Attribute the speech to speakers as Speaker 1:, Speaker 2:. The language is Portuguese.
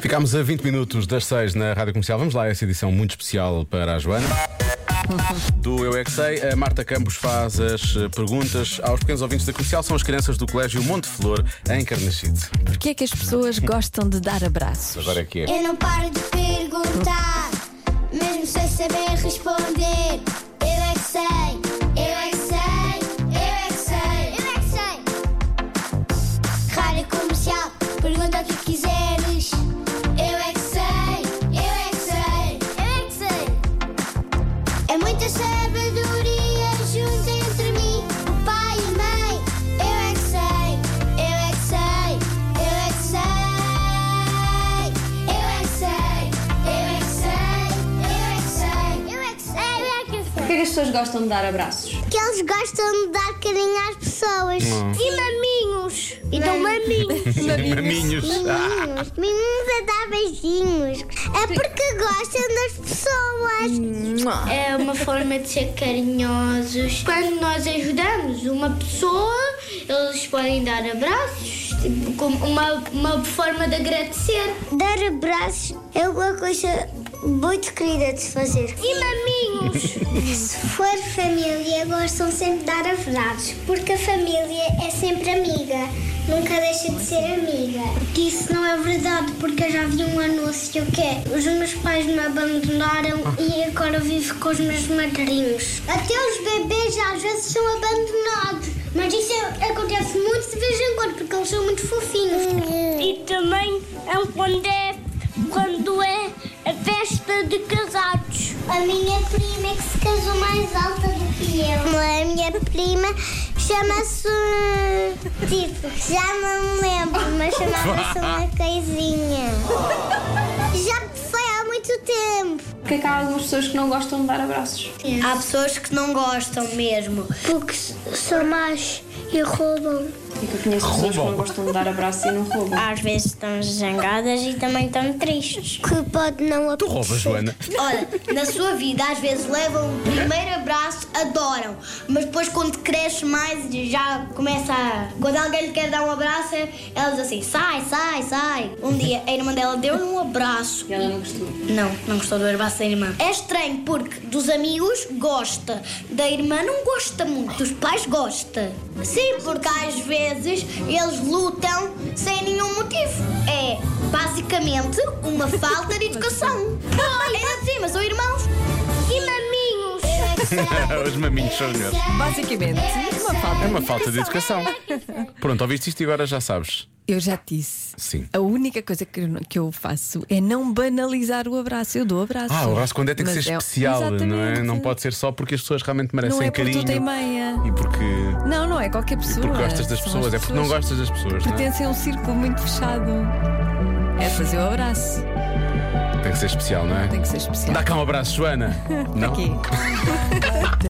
Speaker 1: Ficámos a 20 minutos das 6 na Rádio Comercial. Vamos lá a essa edição muito especial para a Joana. Do Eu é que Sei, a Marta Campos faz as eh, perguntas aos pequenos ouvintes da comercial. São as crianças do Colégio Monte Flor, em Carnachide.
Speaker 2: Porquê é que as pessoas gostam de dar abraços?
Speaker 1: Agora é que é.
Speaker 3: Eu não paro de perguntar, mesmo sem saber responder. Eu é que sei, eu é que sei, eu é que sei, eu é que sei. Rádio comercial, pergunta o que quiseres. Eu é que sei, eu é que sei, eu é que sei. É muita sabedoria junto entre mim, o pai e a mãe. Eu é que sei, eu é que sei, eu é que sei. Eu é que sei, eu é que sei, eu é que sei, eu é que sei. Eu é que sei.
Speaker 4: Porquê que as pessoas gostam de dar abraços?
Speaker 3: Que eles gostam de dar carinho às pessoas. E maminhos. E dão maminhos.
Speaker 1: Maminhos. Ah,
Speaker 3: Meninos, meninos a dar beijinhos. É porque gostam das pessoas. É uma forma de ser carinhosos. Quando nós ajudamos uma pessoa, eles podem dar abraços. tipo, como Uma, uma forma de agradecer. Dar abraços é uma coisa muito querida de fazer. E maminhos! Se for família, gostam sempre de dar abraços, porque a família é sempre amiga, nunca deixa de ser amiga. Isso não é verdade, porque eu já vi um anúncio que é os meus pais me abandonaram e agora vivo com os meus madrinhos. Até os bebês às vezes são abandonados. Mas isso é, acontece muito de vez em quando, porque eles são muito fofinhos.
Speaker 5: E também
Speaker 3: um
Speaker 5: é quando é, quando é a festa de casados.
Speaker 3: A minha prima é que se casou mais alta do que eu. é? A minha prima chama-se. Tipo, já não me lembro, mas chamava-se uma coisinha. Já foi há muito tempo.
Speaker 4: Porquê é que há algumas pessoas que não gostam de dar abraços?
Speaker 3: Há pessoas que não gostam mesmo. Porque são más e roubam.
Speaker 4: E que eu conheço pessoas que não gostam de dar abraços e não roubam.
Speaker 3: Às vezes estão zangadas e também estão tristes. Que pode não
Speaker 1: tu roubas, Joana.
Speaker 3: Olha, na sua vida às vezes levam o primeiro abraço, adoram, mas depois quando cresce mais já começa a... Quando alguém lhe quer dar um abraço, elas assim, sai, sai, sai. Um dia a irmã dela deu-lhe um abraço.
Speaker 4: E ela não gostou.
Speaker 3: Não, não gostou do abraço da irmã. É estranho porque dos amigos gosta, da irmã não gosta muito, dos pais gosta. Sim, porque às vezes eles lutam sem nenhum motivo. É basicamente uma falta de educação. Ainda por cima, são irmãos. E maminhos.
Speaker 1: Os maminhos são os melhores.
Speaker 2: É, Basicamente, uma
Speaker 1: É
Speaker 2: falta.
Speaker 1: uma falta de educação. Pronto, ouviste isto e agora já sabes.
Speaker 2: Eu já te disse.
Speaker 1: Sim.
Speaker 2: A única coisa que eu, que eu faço é não banalizar o abraço. Eu dou abraço.
Speaker 1: Ah, o abraço quando é tem que
Speaker 2: Mas
Speaker 1: ser
Speaker 2: é-
Speaker 1: especial, não é?
Speaker 2: Exatamente.
Speaker 1: Não pode ser só porque as pessoas realmente merecem
Speaker 2: Não é por
Speaker 1: carinho.
Speaker 2: tudo e meia.
Speaker 1: E porque.
Speaker 2: Não, não é qualquer pessoa.
Speaker 1: Porque gostas das
Speaker 2: São
Speaker 1: pessoas,
Speaker 2: as
Speaker 1: é porque não
Speaker 2: pessoas
Speaker 1: gostas das pessoas.
Speaker 2: que
Speaker 1: Não é?
Speaker 2: Pertencem a um círculo muito fechado. É fazer o abraço.
Speaker 1: Tem que ser especial, não é?
Speaker 2: Tem que ser especial.
Speaker 1: Dá cá um abraço, Joana. Não?
Speaker 2: Aqui.